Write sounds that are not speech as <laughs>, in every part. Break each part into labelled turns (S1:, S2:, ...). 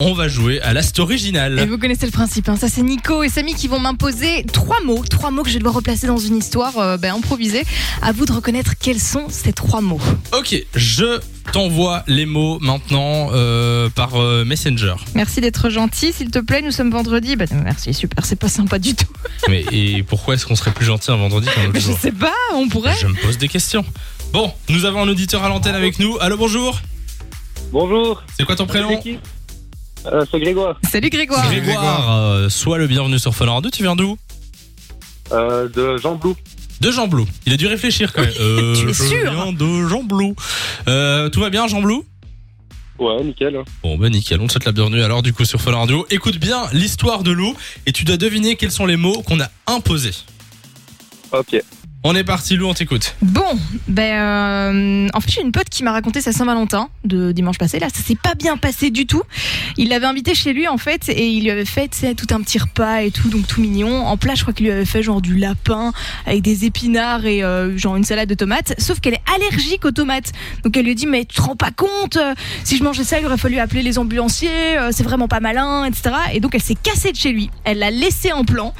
S1: On va jouer à l'ast
S2: Et
S1: original.
S2: vous connaissez le principe, hein. ça c'est Nico et Samy qui vont m'imposer trois mots, trois mots que je vais devoir replacer dans une histoire euh, ben, improvisée. À vous de reconnaître quels sont ces trois mots.
S1: Ok, je t'envoie les mots maintenant euh, par euh, Messenger.
S2: Merci d'être gentil, s'il te plaît, nous sommes vendredi. Ben, merci, super, c'est pas sympa du tout.
S1: Mais et pourquoi est-ce qu'on serait plus gentil un vendredi qu'un autre
S2: Mais je
S1: jour
S2: sais pas, on pourrait.
S1: Je me pose des questions. Bon, nous avons un auditeur à l'antenne avec nous. Allô, bonjour.
S3: Bonjour.
S1: C'est quoi ton
S3: C'est
S1: prénom
S3: qui euh, C'est Grégoire,
S2: Salut Grégoire.
S1: Grégoire. euh, sois le bienvenu sur Fun Radio. Tu viens d'où
S3: euh, de Jean Blou.
S1: De Jean Blou. Il a dû réfléchir quand même. Euh,
S2: <laughs> tu
S1: je
S2: es sûr
S1: viens de Jean Blou. Euh, tout va bien, Jean Blou
S3: Ouais, nickel. hein.
S1: Bon bah nickel, on te souhaite la bienvenue alors du coup sur Fun Radio. Écoute bien l'histoire de Lou et tu dois deviner quels sont les mots qu'on a imposés.
S3: Ok.
S1: On est parti Lou, on t'écoute.
S2: Bon, ben euh, en fait j'ai une pote qui m'a raconté sa Saint-Valentin de dimanche passé. Là, ça s'est pas bien passé du tout. Il l'avait invité chez lui en fait et il lui avait fait tu sais, tout un petit repas et tout, donc tout mignon. En plat, je crois qu'il lui avait fait genre du lapin avec des épinards et euh, genre une salade de tomates. Sauf qu'elle est allergique aux tomates, donc elle lui dit mais tu te rends pas compte euh, Si je mangeais ça, il aurait fallu appeler les ambulanciers. euh, C'est vraiment pas malin, etc. Et donc elle s'est cassée de chez lui. Elle l'a laissé en plan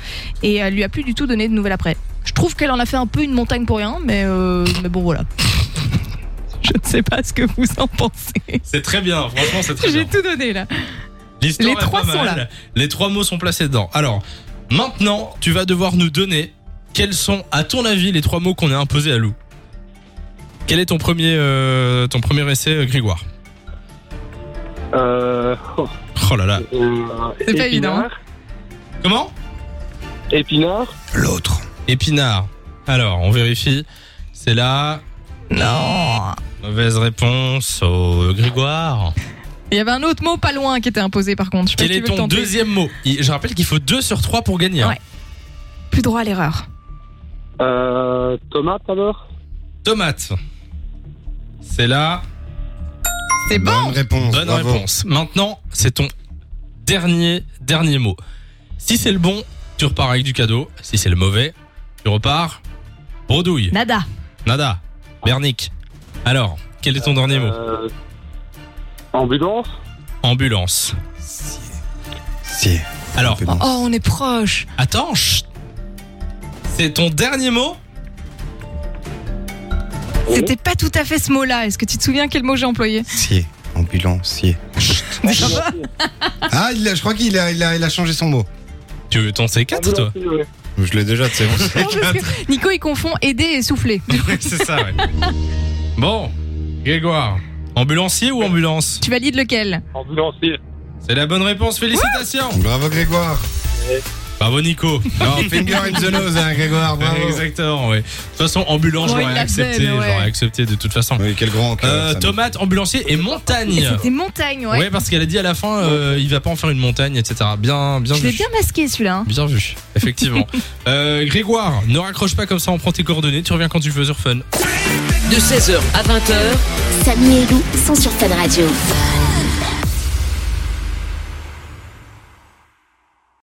S2: et elle lui a plus du tout donné de nouvelles après. Je trouve qu'elle en a fait un peu une montagne pour rien, mais, euh, mais bon voilà. <laughs> Je ne sais pas ce que vous en pensez.
S1: C'est très bien, franchement c'est très
S2: <laughs> J'ai
S1: bien.
S2: tout donné là.
S1: L'histoire
S2: les
S1: est
S2: trois
S1: pas
S2: sont
S1: mal.
S2: là.
S1: Les trois mots sont placés dedans. Alors maintenant tu vas devoir nous donner quels sont à ton avis les trois mots qu'on a imposés à Lou. Quel est ton premier, euh, ton premier essai euh, Grégoire
S3: Euh, <laughs>
S1: Oh là là.
S3: euh,
S2: C'est pas évident, hein.
S1: Comment
S3: Épinard.
S1: L'autre. Épinard. Alors on vérifie. C'est là.
S2: Non.
S1: Mauvaise réponse au euh, Grégoire.
S2: Il y avait un autre mot pas loin qui était imposé par contre. Je sais pas
S1: Quel
S2: si tu
S1: est
S2: veux le
S1: ton
S2: tenter.
S1: deuxième mot Il- Je rappelle qu'il faut 2 sur 3 pour gagner. hein.
S2: Ouais. Plus droit à l'erreur.
S3: Euh, tomate alors
S1: Tomate. C'est là.
S2: C'est bon.
S4: Bonne réponse.
S1: Bonne
S4: bravo.
S1: réponse. Maintenant, c'est ton dernier, dernier mot. Si c'est le bon, tu repars avec du cadeau. Si c'est le mauvais, tu repars. Bredouille.
S2: Nada.
S1: Nada. Bernic. Alors, quel est ton dernier mot
S3: euh,
S2: <laughs>
S3: Ambulance.
S1: Ambulance.
S4: Si. Si.
S1: Alors,
S4: Bon.
S2: Oh, on est proche.
S1: attends. chut. C'est ton dernier mot
S2: C'était pas tout à fait ce mot-là. Est-ce que tu te souviens quel mot j'ai employé
S4: Si. Ambulancier. Ah, il a- je crois qu'il a, il a, il a changé son mot.
S1: Tu veux ton C4 toi
S3: Ambulancier, ouais.
S4: Je l'ai déjà, c'est bon.
S2: Non, parce que Nico il confond aider et souffler.
S1: Oui, <laughs> c'est ça, ouais. Bon, Grégoire, ambulancier ou ambulance
S2: Tu valides lequel
S3: Ambulancier.
S1: C'est la bonne réponse, félicitations
S4: <laughs> Bravo Grégoire.
S1: Bravo Nico
S4: Non, <laughs> finger in the nose, hein, Grégoire. Bravo.
S1: Exactement, ouais. De toute façon, ambulance,
S2: Oh, il
S1: j'aurais
S2: l'a fait,
S1: accepté,
S2: mais ouais.
S1: j'aurais accepté de toute façon.
S4: Oui, quel grand cœur.
S1: Euh,
S4: ça,
S1: tomate, ambulancier et montagne
S2: C'était montagne, ouais.
S1: Ouais, parce qu'elle a dit à la fin, euh, il va pas en faire une montagne, etc. Bien, bien
S2: Je l'ai
S1: vu.
S2: bien masqué celui-là. hein.
S1: Bien vu, effectivement.
S2: <laughs>
S1: Euh, Grégoire, ne raccroche pas comme ça, on prend tes coordonnées, tu reviens quand tu veux sur Fun.
S5: de 16h à 20h.
S6: Samy et Lou sont sur Fun Radio.